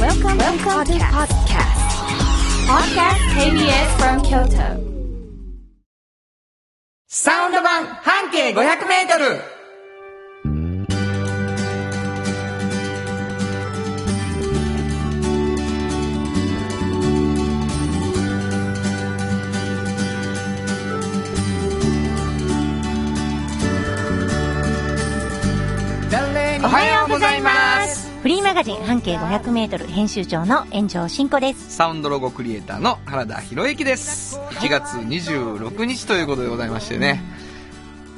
Welcome, to the podcast. Podcast KBS from Kyoto. サウンド版半径500メートルおはようございますフリーマガジン半径 500m 編集長の炎上真子ですサウンドロゴクリエイターの原田博之です1月26日ということでございましてね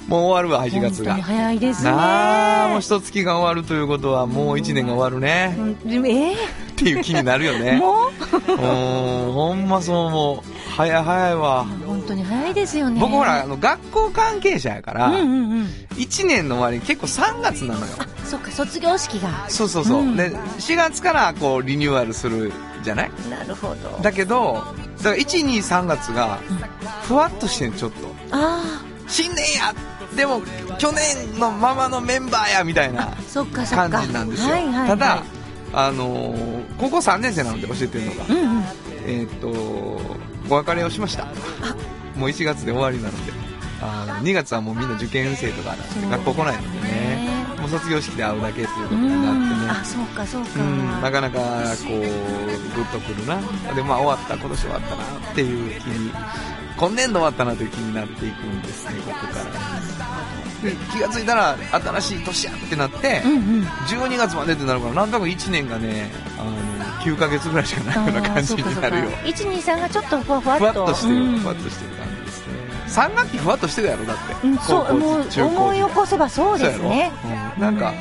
もう終わるわ1本当月がに早いですねなあもう一月が終わるということはもう1年が終わるねうんえっていう気になるよねー、 もううんほんまそう思う早い早いわ本当に早いですよね僕ほらあの学校関係者やから、うんうんうん1年の終わりに結構3月 なのよそっか卒業式がそうそうそうう、んで4月からこうリニューアルするじゃないなるほどだけどだから123月がふわっとしてんちょっとあ新年やでも去年のままのメンバーやみたいな あそっかそっ感かじなんですよ、はいはいはいただあのー高校3年生なので教えてるのがうんうんえーっとお別れをしましたもう1月で終わりなのであ2月はもうみんな受験生とかなんでそう学校来ないのでねもう卒業式で会うだけということうになってんねあそうかそうかうん、なかなかこうグッとくるなでまあ終わった今年終わったなっていう気に今年度終わったなという気になっていくんですねここからで気がついたら新しい年やってなって、うんうん12月までってなるからなんとなく1年がねあの9ヶ月ぐらいしかあないようなー感そじうかそにうなかるよ123がちょっとふわふわっふとわっとしてる、うんふわっとしてる感じですね3学期ふわっとしてたやろだって、うんそうもう思い起こせばそうですねそうやろ、うんなんか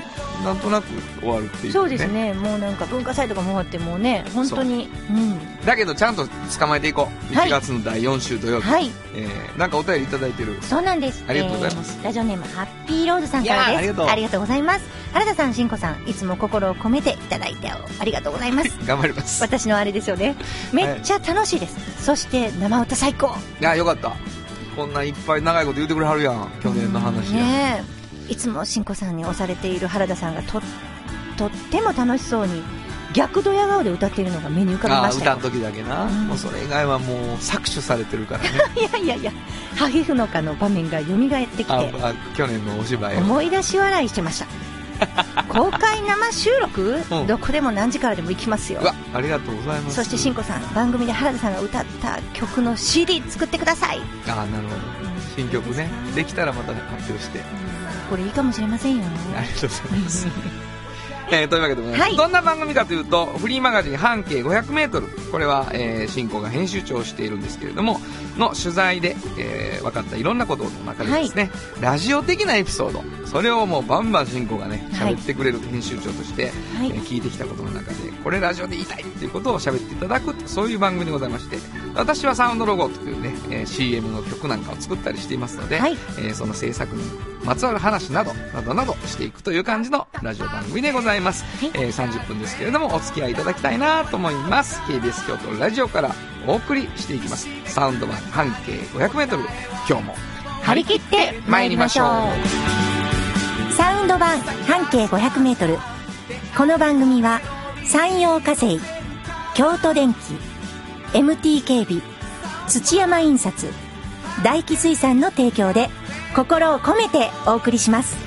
なんとなく終わるっていう、ね、そうですねもうなんか文化祭とかも終わってもうね本当にうんだけどちゃんと捕まえていこうはい1月の第4週土曜日、はいえーなんかお便りいただいてるそうなんです。ありがとうございますえーラジオネームハッピーローズさんからいです。やーありがとうございます。原田さん、しんこさん、いつも心を込めていただいてありがとうござい ます。頑張ります私のあれですよね。めっちゃ楽しいです。そして生歌最高。いやよかったこんないっぱい長いこと言うてくれはるやん去年の話や、ねえいつもしんこさんに押されている原田さんがととっても楽しそうに逆ドヤ顔で歌っているのが目に浮かびあまーした歌よの時だけな、うんもうそれ以外はもう搾取されてるから ねいやいやいやハヒフノカの場面が蘇ってきあてあ去年のお芝居を思い出し笑いしてました 公開生収録、うんどこでも何時からでも行きますようわありがとうございますそしてしんこさん番組で原田さんが歌った曲の CD 作ってくださいああなるほど新曲ねできたらまた発表してこれいいかもしれませんよありがとうございます。えーというわけでございます、はいどんな番組かというとフリーマガジン半径 500m これは、えー、新子が編集長をしているんですけれどもの取材で、えー分かったいろんなことの中でですね、ラジオ的なエピソードそれをもうバンバン新子がねはい喋ってくれる編集長として、はいえー聞いてきたことの中でこれラジオで言いたいっていうことを喋っていただくってそういう番組でございまして私はサウンドロゴというね、えー CM の曲なんかを作ったりしていますので、はいえーその制作にまつわる話などなどなどしていくという感じのラジオ番組でございます、いえー30分ですけれどもお付き合いいただきたいなと思います KBS 京都ラジオからお送りしていきますサウンド版半径 500m 今日も張り切って参りましょうサウンド版半径 500m この番組は山陽火星京都電機 MT 警備土山印刷大気水産の提供で心を込めてお送りします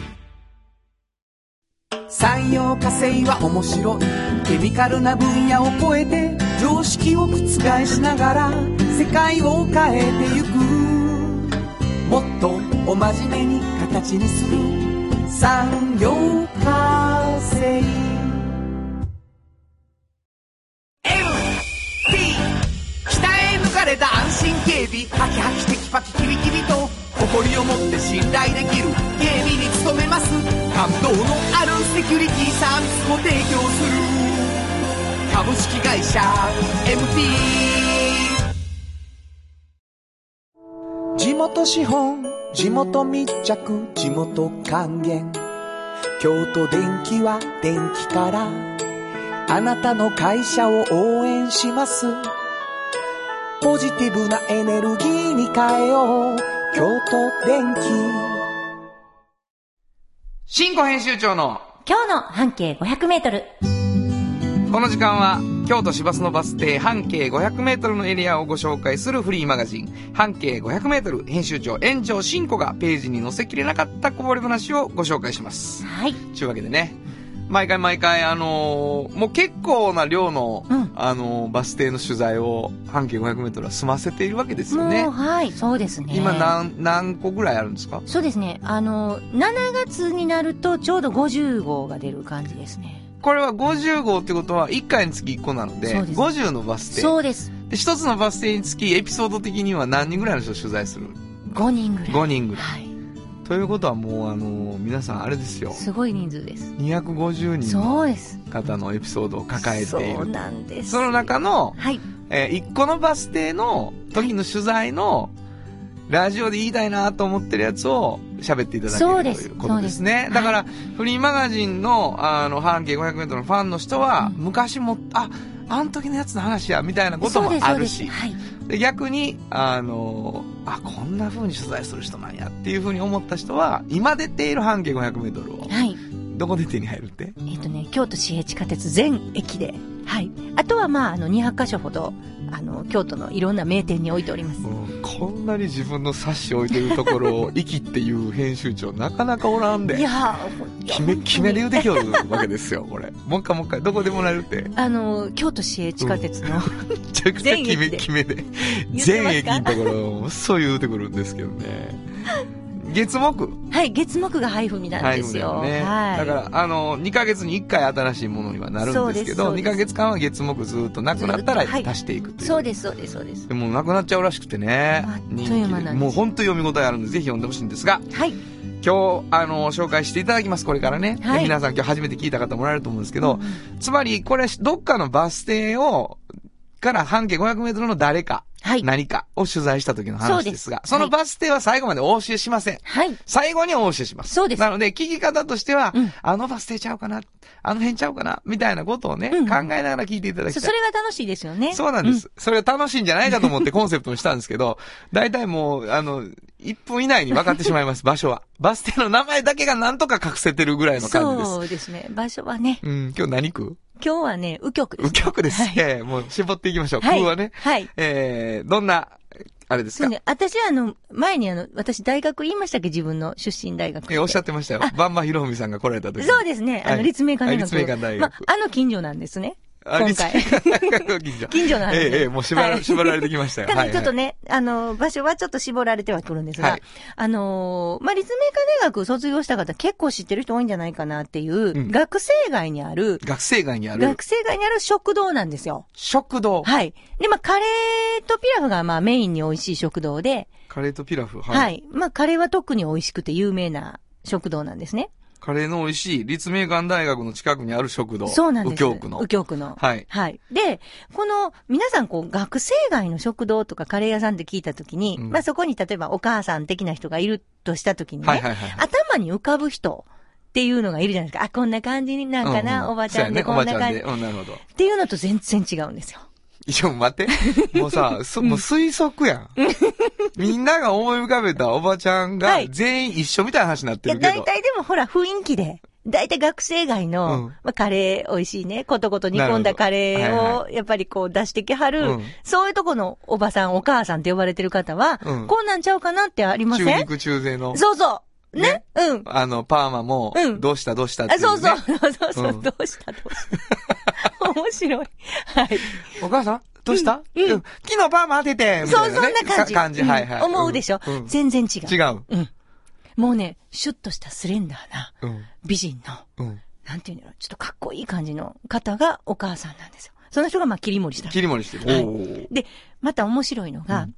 産業化成は面白いケミカルな分野を超えて常識を覆しながら世界を変えてゆくもっとお真面目に形にする産業化成 MT 鍛え抜かれた安心警備ハキハキテキパキキビキビと誇りを持って信頼できる警備に努めます感動のあるセキュリティサービスを提供する株式会社 MT 地元資本地元密着地元還元京都電気は電気からあなたの会社を応援しますポジティブなエネルギーに変えよう京都電気新子編集長の今日の半径 500m この時間は京都市バスのバス停半径 500m のエリアをご紹介するフリーマガジン半径 500m 編集長園長新子がページに載せきれなかったこぼれ話をご紹介します。はい。ちゅうわけでね。毎回毎回、あのーもう結構な量の、うんあのーバス停の取材を半径 500m は済ませているわけですよねもう、。はい。そうですね。今何、何個ぐらいあるんですかそうですね。あの、7月になるとちょうど50号が出る感じですね。これは50号ってことは1回につき1個なので、そうです50のバス停。そうです。で、1つのバス停につきエピソード的には何人ぐらいの人を取材する5人ぐらい。 ?5 人ぐらい。はい。ということはもうあのー皆さんあれですよ。すごい人数です。 250人のそうです。方のエピソードを抱えていそうる。なんです。その中の、はい。えー、1個のバス停の時の取材の、ラジオで言いたいなと思ってるやつを喋っていただけそうるでとすいうことですそうね。ですだから、フリーマガジンの、あの、半径500メートルのファンの人は、うん昔も、あ、あの時のやつの話や、みたいなことそうもですあそうるです。し、はい。で逆に、あの、あ、こんな風に取材する人なんやっていう風に思った人は、今出ている半径500メートルを、はい。どこで手に入るってえっ、とね、京都市営地下鉄全駅で。はい。あとはまあ、あの、200箇所ほど、あの、京都のいろんな名店に置いております。うんこんなに自分の冊子置いてるところを「息」っていう編集長なかなかおらんいでやーほんいや決本め当に決めで言うてきょるわけですよこれもう一回もう一回どこでもらえるってめあの、京都市営地下鉄の、ちゃくちゃ決全め駅で決めで言って全ます駅かのところをそう言うてくるんですけどね月木 はい、月目が配布日なん配で布すだよ。よね、はい。だからあの2ヶ月に1回新しいものにはなるんですけそどうで2すそうですヶ月間は月木ずっとなくなったらずっとはい足していくというそうです、そうです、そうです。でもなくなっちゃうらしくてねあっと人いう間なんで気ですもう本当に読み応えあるんでぜひ読んでほしいんですがはい。今日、あの、紹介していただきます、これからね。ではい皆さん今日初めて聞いた方もらえると思うんですけど、うんつまり、これ、どっかのバス停を、から半径500メートルの誰か、はい。何かを取材した時の話ですが、そうですそのバス停は最後までお教えしません。はい。最後にお教えします。そうですなので、聞き方としては、うんあのバス停ちゃうかな、あの辺ちゃうかな、みたいなことをね、うん考えながら聞いていただきたそい。それが楽しいですよね。そうなんです。それ楽しいんじゃないか と思ってコンセプトにしたんですけど、大体もう、あの、1分以内に分かってしまい ます、場所は。バス停の名前だけがなんとか隠せてるぐらいの感じです。そうですね。場所はね、うん、今日何区今日はね、右局です、右局です。はいいやいやもう絞っていきましょう。はい。空はね。はい。えー、どんな、あれですそかうね。私はあの、前にあの、私大学言いましたっけ自分の出身大学て。えおっしゃってましたよ。バンバヒロミさんが来られた時。そうですね。あはの、い立命館大学。立命館大ま学。あ、あの近所なんですね。あ今立回。命館大学近所。近所の話ええええ、もう縛ら,、はい縛 られてきましたよ。たはだいちょっとはいね、あの、場所はちょっと絞られてはくるんですが、はいあのー、まあ、立命館大学卒業した方結構知ってる人多いんじゃないかなっていう、ん学生街にある、学生街にある学生街にある食堂なんですよ。食堂。はい。で、まあ、カレーとピラフがまあメインに美味しい食堂で、カレーとピラフ。はい。まあ、カレーは特に美味しくて有名な食堂なんですね。カレーの美味しい立命館大学の近くにある食堂。そうなんです。右京区の。右京区の。はいはい。で、この、皆さん、こう、学生街の食堂とかカレー屋さんって聞いたときに、うんまあそこに例えばお母さん的な人がいるとしたときにね、はいはいはいはい。頭に浮かぶ人っていうのがいるじゃないですか。あ、こんな感じになんかな、ううおばちゃんでそうこやんねなおばちゃん感で。じ。っうん、なるほど。ていうのと全然違うんですよ。いや、待って。もうさ、そもう推測 やん。みんなが思い浮かべたおばちゃんはがい全員一緒みたいな話になっいてや、るけ大ど。体でもほら、雰囲気で。大体学生街の、うんまあ、カレー美味しいね、ことこと煮込んだカレなるほどはいーを、やっぱりこう出してきはる、うんそういうとこのおばさん、お母さんって呼ばれてる方は、うんこんなんちゃうかなってありませ中ん肉中背の、そうそう。ねねうん。あの、パーマもう、んどうしたどうしたっていあう、ねそうそう。 そうそう。うんどうしたどうした。 面白い。はい。お母さんどうした、うんうんうん木のパーマ当ててみそう、たそいんな、ね。な感じ。か感じ、はいはい。うん思うでしょんん全然違う。違う。もうね、シュッとしたスレンダーなうん。美人の、うん。なんていうんだろう、ちょっとかっこいい感じの方がお母さんなんですよ。その人がまあ切り盛りした。切り盛りしてる。はいおーで、また面白いのが、う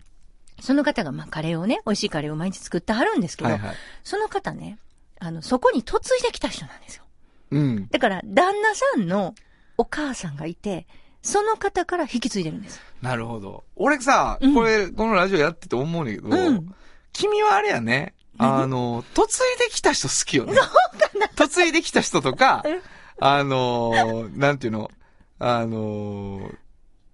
その方がまあカレーをね、美味しいカレーを毎日作ってはるんですけど、はいはい。その方ね、あの、そこに嫁いできた人なんですよ。うん。だから、旦那さんのお母さんがいて、その方から引き継いでるんです。なるほど。俺さ、うんこれ、このラジオやってて思うんだけど、うん。君はあれやね。あの、嫁いできた人好 きよね。嫁いできた人とかうん、あのー、なんていうの、あの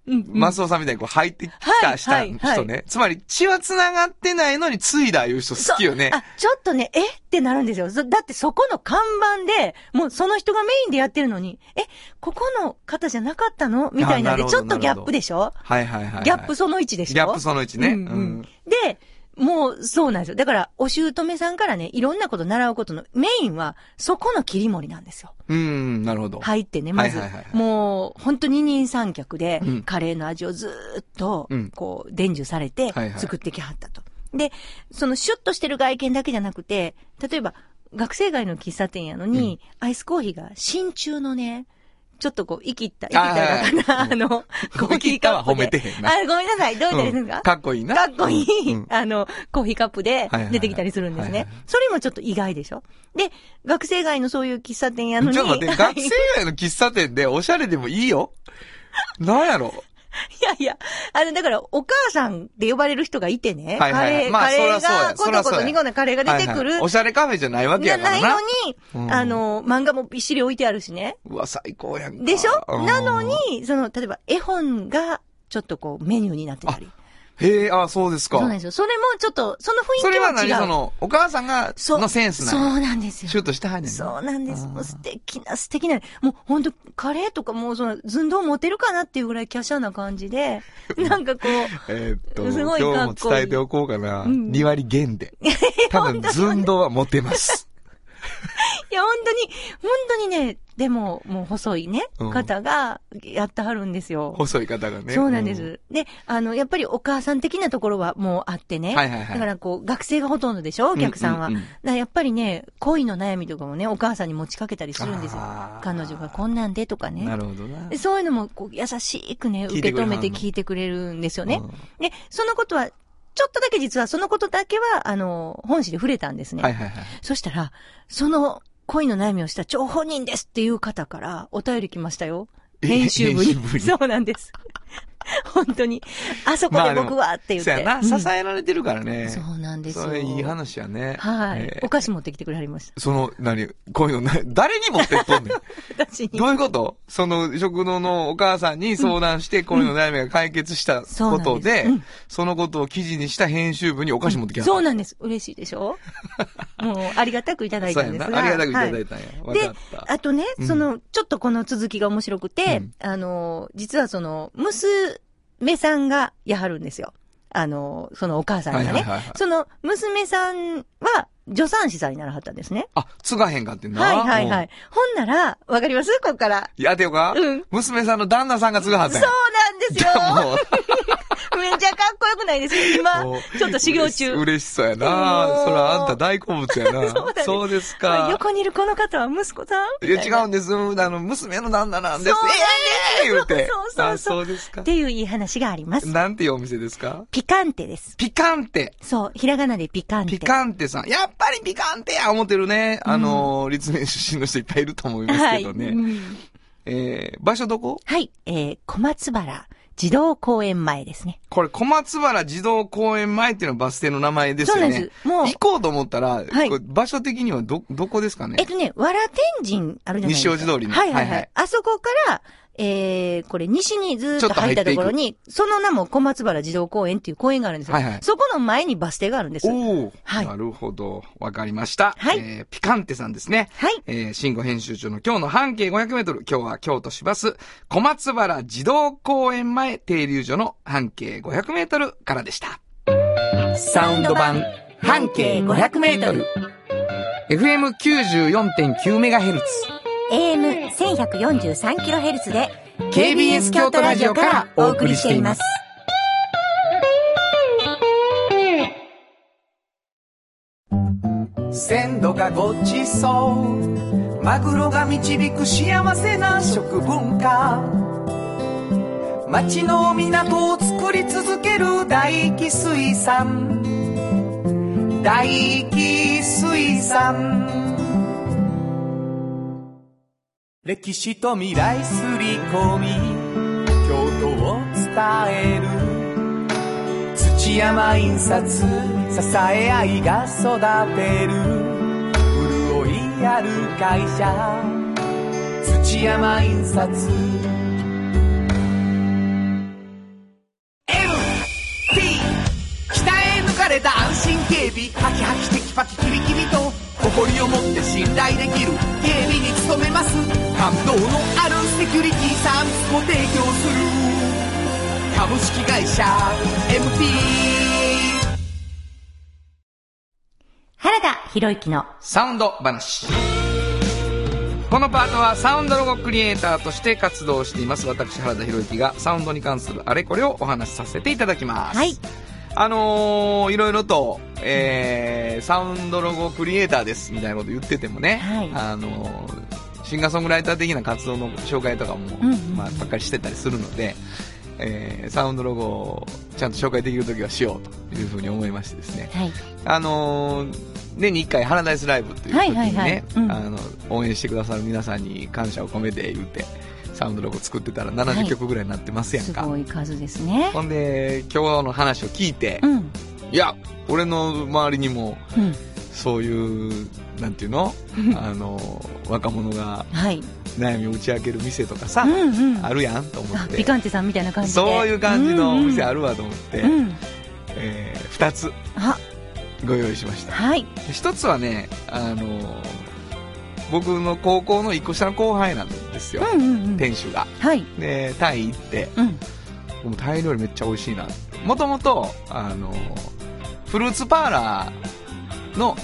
ー、マスオさんみたいにこう入ってきたしたはいはいは人いね。つまり血は繋がってないのについだいう人好きよねそ。うあ、ちょっとね、えってなるんですよ。そだってそこの看板で、もうその人がメインでやってるのに、え、ここの方じゃなかったのみたいなんで、あなるほちどょっとギャップでしょはいはいはいはい。ギャップその1でしょギャップその1ね。ううんうんん。で、もうそうなんですよ。だから、お姑さんからね、いろんなこと習うことのメインは、そこの切り盛りなんですよ。うん、なるほど。入ってね、まず。はいはいはいはいもう、本当に二人三脚で、うんカレーの味をずーっとうん、こう、伝授されてはいは、い作ってきはったと。で、そのシュッとしてる外見だけじゃなくて、例えば、学生街の喫茶店やのに、アイスコーヒーが真鍮のね、ちょっとこう、生きった、生きたかな、あーあの、コーヒーカップで。 生きったは褒めてへんなあ、ごめんなさい、どう言ったらいいですか、うんかっこいいな。かっこいい、うんあの、コーヒーカップではいはい出てきたりするんですはいねはい。それもちょっと意外でしょで、学生街のそういう喫茶店やのに。ちょっと待って、はい学生街の喫茶店でおしゃれでもいいよ。なんやろ いやいや、あの、だから、お母さんって呼ばれる人がいてね、はいはいはいまあカレー、そらそうやカレーが、コトコトニコなカレーが出てくる。はいはいおしゃれカフェじゃないわけじゃやかならいのな。に、うんあの、漫画もびっしり置いてあるしね。うわ、最高やんかでしょうんなのに、その、例えば絵本が、ちょっとこう、メニューになってたり。へえ、あ、そうですそかう。なんですよ。それもちょっと、そのそ雰囲れ気も違はう。何その、お母さんが、そうのセンスなそのうなんですよ。シュートしてはんねんなそうなんです。あーもう素敵な、素敵な。もう本当カレーとかもうその、寸胴持てるかなっていうぐらい華奢な感じ で、なんかこう、えーっと、すごいかっこいい今日も伝えておこうかな。うん2割減 で。多分、寸胴は持てます。いや、本当に、本当にね、でも、もう細いねうん、方がやってはるんですよ。細い方がね。そうなんです、ん。で、あの、やっぱりお母さん的なところはもうあってね。はいはいはいだからこう、学生がほとんどでしょお客さんは。うんうんうんだからやっぱりね、恋の悩みとかもね、お母さんに持ちかけたりするんですよあー。彼女がこんなんでとかね。なるほどなで。そういうのもこう優しくね、聞受けいてくれ止はんのめて聞いてくれるんですよねうん。で、そのことは、ちょっとだけ実はそのことだけは、あの、本誌で触れたんですね。はいはいはい。そしたら、その恋の悩みをした張本人ですっていう方からお便り来ましたよ。え編集部に。編集部にそうなんです。 本当に。あそこまあででも僕はって言って。そうやな、ん支えられてるからね。そうなんですよ。それいい話やね。はい、えーお菓子持ってきてくれはりました。その、何こういうのな、誰に持ってっと んねん。私に。どういうことその、食堂のお母さんに相談して、こういうの悩みが解決したそうこなとんですで、そうんのことを記事にした編集部にお菓子持ってきた。そうななんです。嬉しいでしょもう、ありがたくいただいそたうやんですな。が。ありがたくいただはいたんや。わ、でかった。あとね、うんその、ちょっとこの続きが面白くて、うんあの、実はその、娘さんがやはるんですよ。あの、そのお母さんがね。はいはいはいはいその、娘さんは、助産師さんにならはったんですね。あ、つがへんかってんな。はいはいはうんい。ほんなら、わかりますここから。いやてよか、うん娘さんの旦那さんがつがはっそたうんやなんですよじゃあもうめっちゃかっこよくないです今もう、ちょっと修行中。嬉し嬉しそうやなもうそらあんた大好物やなそうなんですそうですか。横にいるこの方は息子さんいや、みた違なうんです。あの、娘の旦那なんです。そうええー、言うそて。うそうそうあ、そうですかっ。ていういい話があります。なんていうお店ですかピカンテです。ピカンテ。そう、ひらがなでピカンテ。ピカンテさん。やっぱりピカンテや思ってるね。あのー、立命出身の人いっぱいいると思いますけどね。はいうんえー、場所どこはい、えー、小松原児童公園前ですね。これ、小松原児童公園前っていうのはバス停の名前ですよね。そうなんですもう行こうと思ったら、はいこれ場所的にはど、どこですかねえっとね、わら天神あるじゃないですか。西大路通りのはいはいはいははいい。あそこから、えー、これ西にずーっと入ったところに、その名も小松原児童公園っていう公園があるんですよ。はいはいそこの前にバス停があるんです。はおお、はいなるほど。わかりました。はいえーピカンテさんですね。はいえー、新語編集長の今日の半径500メートル。今日は京都市バス、小松原児童公園前停留所の半径500メートルからでした。サウンド版半径500メートル FM94.9 メガヘルツ。 AM1143kHz で KBS 京都ラジオからお送りしています。鮮度がごちそうマグロが導く幸せな食文化町の港を作り続ける大気水産大気水産歴史と未来すり込み京都を伝える土山印刷支え合いが育てる潤いある会社土山印刷ビハキハキテキパキキビキビと誇りを持って信頼できる警備に努めます感動のあるセキュリティサービスも提供する株式会社 MT 原田博之のサウンド話。このパートはサウンドロゴクリエイターとして活動しています私原田博之がサウンドに関するあれこれをお話しさせていただきます。はい。あのー、いろいろと、えー、サウンドロゴクリエイターですみたいなこと言っててもね、はいあのーシンガーソングライター的な活動の紹介とかも、うんうんまあ、ばっかりしてたりするので、えー、サウンドロゴをちゃんと紹介できるときはしようというふうに思いましてですね、はい。あのー年に1回ハラダイスライブっていう時はいにね、はいはいうんあの応援してくださる皆さんに感謝を込めて言うてサウンドロゴ作ってたらはい70曲ぐらいになってますやんすか、ごい数ですね。ほんで今日の話を聞いて、うん。いや俺の周りにもうん。そういうなんていうのあの若者がはい。悩みを打ち明ける店とかさ、うんうん。あるやんと思あっ、てピカンテさんみたいな感じで。そういう感じのお店ある。るわと思って、うんうん。え2つあ、ご用意しましたはい。一つはね、あの僕の高校の一個下の後輩なんですよ、うんうんうん。店主が。はい。で、タイ行って、うん。もうタイ料理めっちゃ美味しいな。もともと、あのフルーツパーラーの、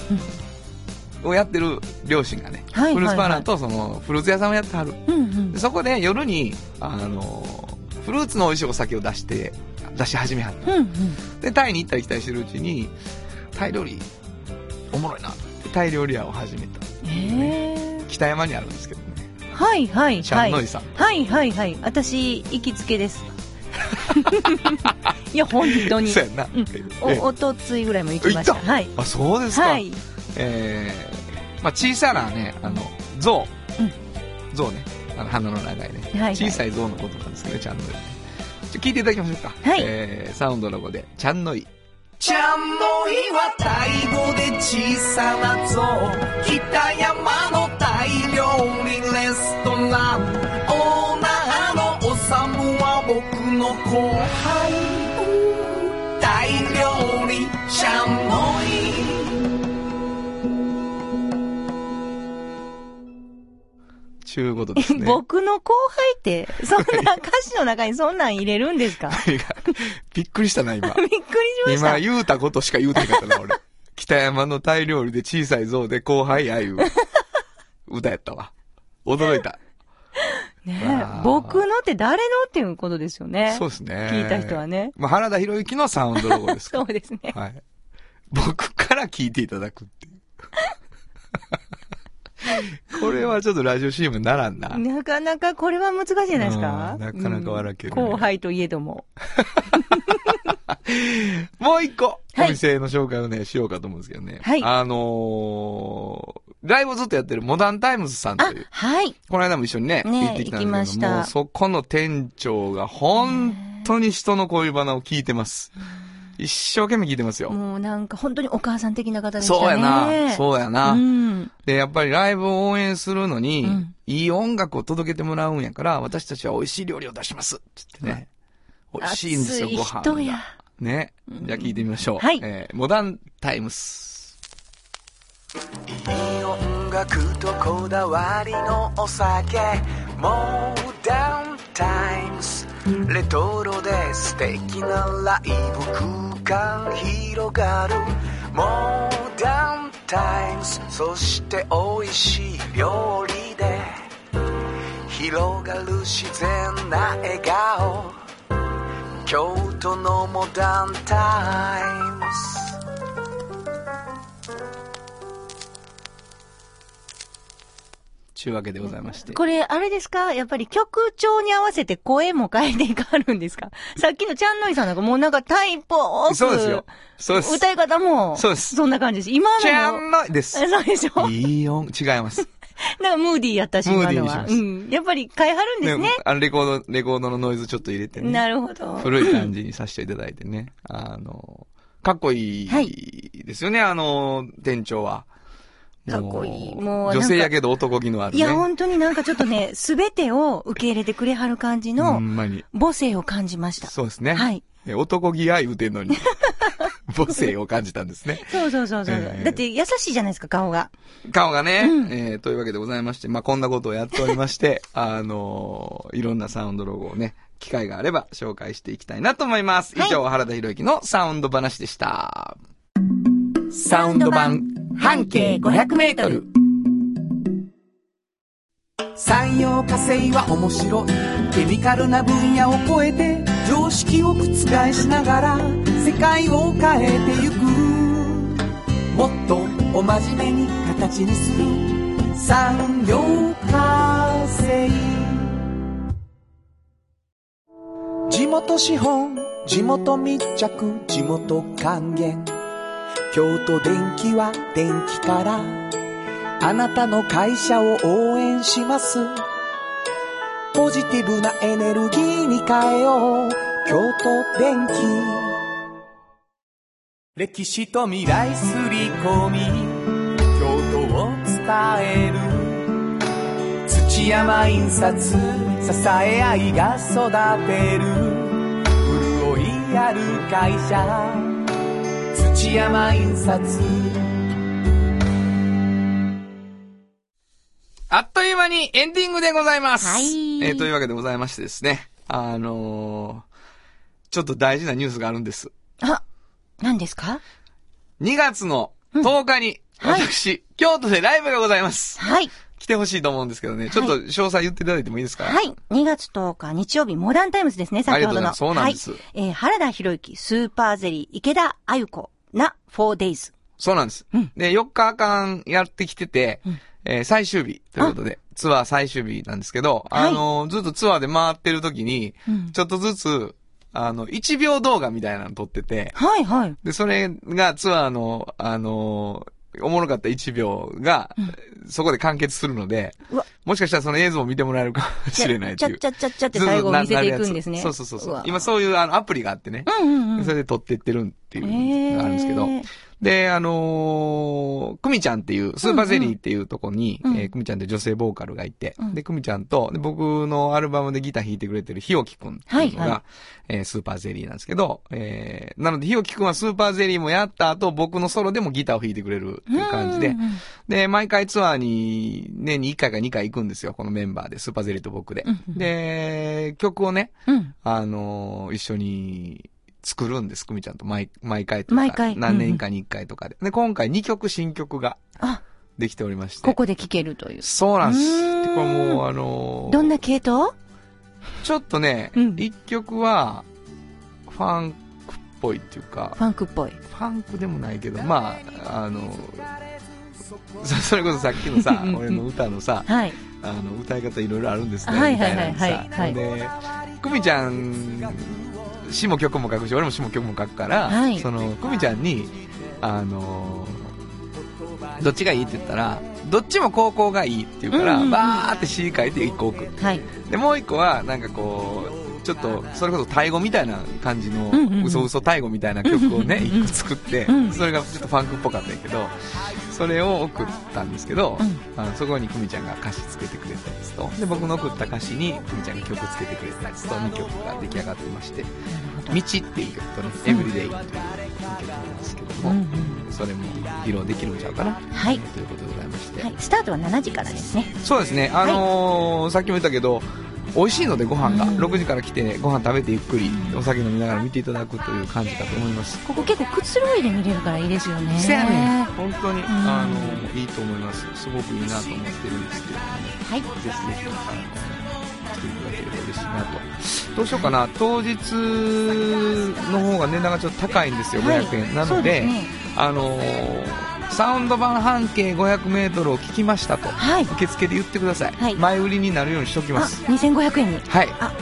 をやってる両親がね、はいはいはいフルーツパーラーとそのフルーツ屋さんをやってはる。うんうんで。そこで夜に、あのフルーツの美味しいお酒を出して、出し始めはった。うんうん。で、タイに行ったり来たりしてるうちに、タイ料理、おもろいな。でタイ料理屋を始めた。ええ。北山にあるんですけどね。はいはいシャはンいノ。イさん。はいはいはい。私、行きつけです。 いや、本当にそ。うやんな。うんええお、おとついぐらいも行きました。行っはい。あ、そうですか。はい。えー、まあ小さなね、あの、象。うん象ね。あの、鼻の長いね。いはい小さい象のことなんですけどね、ちゃんのい。ちょ聞いていただきましょうか。はいえー、サウンドロゴで、ちゃんのい。ちゃんの日はタイ語で小さな像北山のタイ料理レストランオーナーのおさむは僕の後輩タイ料理ちゃんのいちゅうことですね。 僕の後輩って、そんな歌詞の中にそんなん入れるんですか いや びっくりしたな、今。びっくりしました。今言うたことしか言うてなかったな、俺。 北山のタイ料理で小さい像で後輩あいう 歌やったわ。驚いた。ねわあえ僕のって誰のっていうことですよね。そうですね。聞いた人はね。まあ、原田博之のサウンドロゴですかそらうですね。はい。僕から聞いていただくっていう。 これはちょっとラジオ CM にならんな。なかなかこれは難しいじゃないですかうんなかなか笑けるね後輩といえども。もう一個、はいお店の紹介をね、しようかと思うんですけどね。はいあのー、ライブをずっとやってるモダンタイムズさんとあいう、。はい。この間も一緒にね、ね行ってきたんで行きますしけども、たもうそこの店長が本当に人の恋バナを聞いてます。一生懸命聞いてますよ。もうなんか本当にお母さん的な方でしたね。そうやな、そうやな。うん。で、やっぱりライブを応援するのに、うんいい音楽を届けてもらうんやから、私たちは美味しい料理を出しますって言ってね。美味しいんですよ、熱いご飯人やが。ね。じゃあ聞いてみましょう。はいえーモダンタイムス。いい音楽とこだわりのお酒モダンタイムスレトロで素敵なライブ空間広がるモダンタイムスそして美味しい料理で広がる自然な笑顔京都のモダンタイムスちゅうわけでございまして。これ、あれですかやっぱり曲調に合わせて声も変えていかるん ですかさっきのチャンノイさんなんかもうなんかタイプをそうですよ。そうです。歌い方も、そうですそんな感じです。今ちゃのも、んのですえ。そうでしょいい音、違 います。なんかムーディーやったし、ムー今ディーのにしはま。すうん。やっぱり変えはるんですね。あのレコード、レコードのノイズちょっと入れてね。なるほど。古い感じにさせていただいてね。あの、かっこいはいですよね、あの、店長は。かっこいいもうもうなんか女性やけど男気のあるいね。や、本当になんかちょっとね、 すべてを受け入れてくれはる感じほのんまに。母性を感じました。そうですね。はい。え男気や言うてんのに。母性を感じたんですね。そうそうそうそう。ええだって優しいじゃないですか、顔が。顔がね、えーというわけでございまして、まあ、こんなことをやっておりま して、あのーいろんなサウンドロゴをね、機会があれば紹介していきたいなと思います。以上、原田博之のサウンド話でした。サウンド版半径500メートル。産業化成は面白いケミカルな分野を超えて常識を覆しながら世界を変えてゆくもっとお真面目に形にする産業化成地元資本地元密着地元還元京都電気は電気からあなたの会社を応援します。ポジティブなエネルギーに変えよう。京都電気。歴史と未来すり込み、京都を伝える。土山印刷、支え合いが育てる。潤いある会社、土山印刷。あっという間にエンディングでございます。はいえーというわけでございましてですね、あのーちょっと大事なニュースがあるんです。あ、何ですか2月の10日に、はい私、京都でライブがございます。はい。来てほしいと思うんですけどね、ちょっと詳細言っていただいてもいいですかはい。2月10日日曜日、モダンタイムズですね、あ先りがほとどうございまの。すそうなんですはい、えー原田博之、スーパーゼリー、池田あゆ子、な、4 days。そうなんです。うんで、4日間やってきてて、えー最終日ということで、ツアー最終日なんですけど、はいあのーずっとツアーで回ってる時に、うんちょっとずつ、あの、1秒動画みたいなの撮ってて、はい、はい。で、それがツアーの、あのーおもろかった1秒が、そこで完結するのでうわ、もしかしたらその映像を見てもらえるかもしれないちとゃいう。ちゃちゃちゃって最後見せていくんですね。そうそうそうそうわ今そういうあのアプリがあってね、うんうんうん。それで撮ってってるっていうのがあるんですけど、えーで、あのー、クミちゃんっていう、スーパーゼリーっていうとこに、うんうんえークミちゃんって女性ボーカルがいて、うんで、クミちゃんと、で僕のアルバムでギター弾いてくれてるひよきくんっていうのが、はいはえースーパーゼリーなんですけど、えーなのでひよきくんはスーパーゼリーもやった後、僕のソロでもギターを弾いてくれるっていう感じで、うんうんうんで、毎回ツアーに、年に1回か2回行くんですよ、このメンバーで、スーパーゼリーと僕でうん。うんで、曲をね、うん。あのー一緒に作るんです、久美ちゃんと毎、毎回とか。毎回何年かに1回とかで。で、今回2曲新曲があ、できておりまして。ここで聞けるという。そうなんでうーんす。でこれもう、あのーどんな系統ちょっとね、一うん1曲は、ファンクっぽいっていうか、ファンクっぽい。ファンクでもないけど、まあ、あのーそそれこそさっきのさうんうん、俺の歌のさ、はい。あの、歌い方いろいろあるんですね。はいみたいなのはいはいはいはいさ。で、久美ちゃん詩も曲も書くし俺も詩も曲も書くから、はいその久美ちゃんにあのーどっちがいいって言ったらどっちも高校がいいって言うかうんら、うんうんバーって詩書いて1個送ってはい。でもう1個はなんかこうちょっとそれこそタイ語みたいな感じの、うんうんうん嘘嘘タイ語みたいな曲をねうんうんうん1個作って、うんそれがちょっとファンクっぽかったんやけどそれを送ったんですけど、うんあのそこに久美ちゃんが歌詞つけてくれたやつとで僕の送った歌詞に久美ちゃんが曲つけてくれたやつと2曲が出来上がってまして「道」っていう曲とね「エブリデイ」という曲なんですけどうも、んうんそれも披露できるんちゃうかな、はい。ということでございまして、はい。スタートは7時からですね。そうですねあのーさっきも言ったけど美味しいのでご飯が、うん6時から来てご飯食べてゆっくりお酒飲みながら見ていただくという感じかと思いますここ結構くつろいで見れるからいいですよね。せやねんは本当に、あのーいいと思いますすごくいいなと思ってるんですけれどもねい。ぜひぜひ、あの、来ていただければ嬉しいなと。どうしようかな、当日の方が値段がちょっと高いんですよ、はい500円。なそうのでで、すねあのーサウンド版半径500メートルを聞きましたと、はい。受付で言ってください。はい前売りになるようにしておきあ、ます。 2500円に。はい。あ、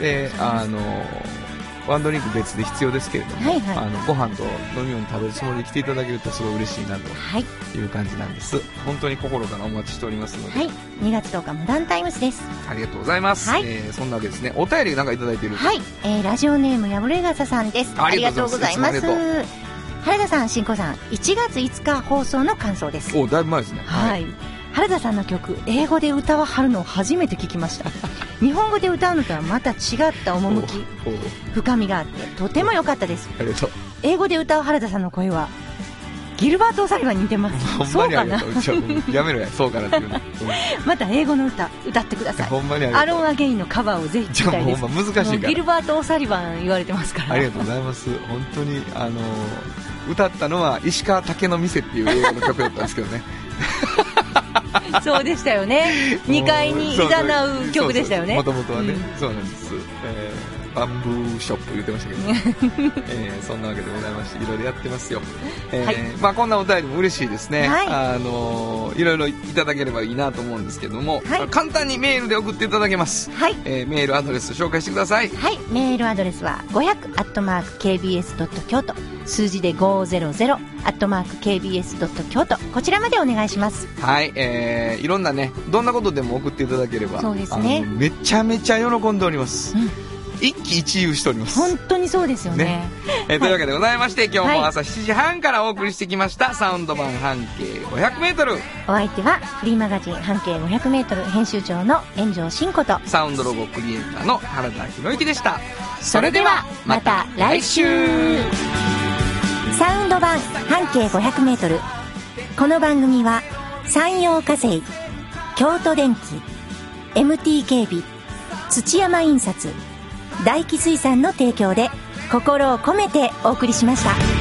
で、あのーワンドリンク別で必要ですけれども、はいはいあのご飯と飲み物食べるつもりで来ていただけるとすごい嬉しいなとはい。いう感じなんです本当に心からお待ちしておりますので、はい。2月10日、モダンタイムズです。ありがとうございます。はいえーそんなわけですね。お便りなんかいただいてる。はい。えー、ラジオネーム、やぶれがささんです。ありがとうございあますりがとうございます。原田さん、しんこさん、1月5日放送の感想です。お、だいぶ前ですね。。はいい。原田さんの曲、英語で歌わはるのを初めて聞きました。 日本語で歌うのとはまた違った趣、おうおう深みがあって、とても良かったです。ありがとう。英語で歌う原田さんの声は、ギルバート・オサリバンに似てまほす。んそまうにあかりがなとう。ちょやめろや、そうかなって いうの。また英語の歌、歌ってください。ほんまにありアがとロう。ン・アゲインのカバーをぜひ聞きじゃあたいもでうす。ほんま難しいもかうギらル。バート・オサリバン言われてますから。ありがとうございます。本当に、あのー、歌ったのは石川竹の店っていう映画の曲だったんですけど ね。そうでしたよね。2階に誘う曲でしたよね。もともとはね、うんそうなんです。えーバンブーショップ言ってました けど、えーそんなわけでございまして、いろいろやってますよ。えーはいまあこんなお便りも嬉しいですね。はいあのーいろいろいただければいいなと思うんですけども、はい簡単にメールで送っていただけます。はい。えーメールアドレス紹介してください。はい、メールアドレスは500 KBS 京都数字で500 KBS 京都こちらまでお願いします。はい、えー、いろんなね、どんなことでも送っていただければ、そうですねあのめちゃめちゃ喜んでおります。うん一喜一憂しております。本当にそうですよね。ねえーというわけでございまして、今日も朝7時半からお送りしてきました、サウンド版半径500メートル、お相手はフリーマガジン半径500メートル編集長の炎上真子と。サウンドロゴクリエイターの原田博之でした。それではまた来週サウンド版半径500メートル。この番組は、山陽火星、京都電機、MT 警備、土山印刷、大気水産の提供で、心を込めてお送りしました。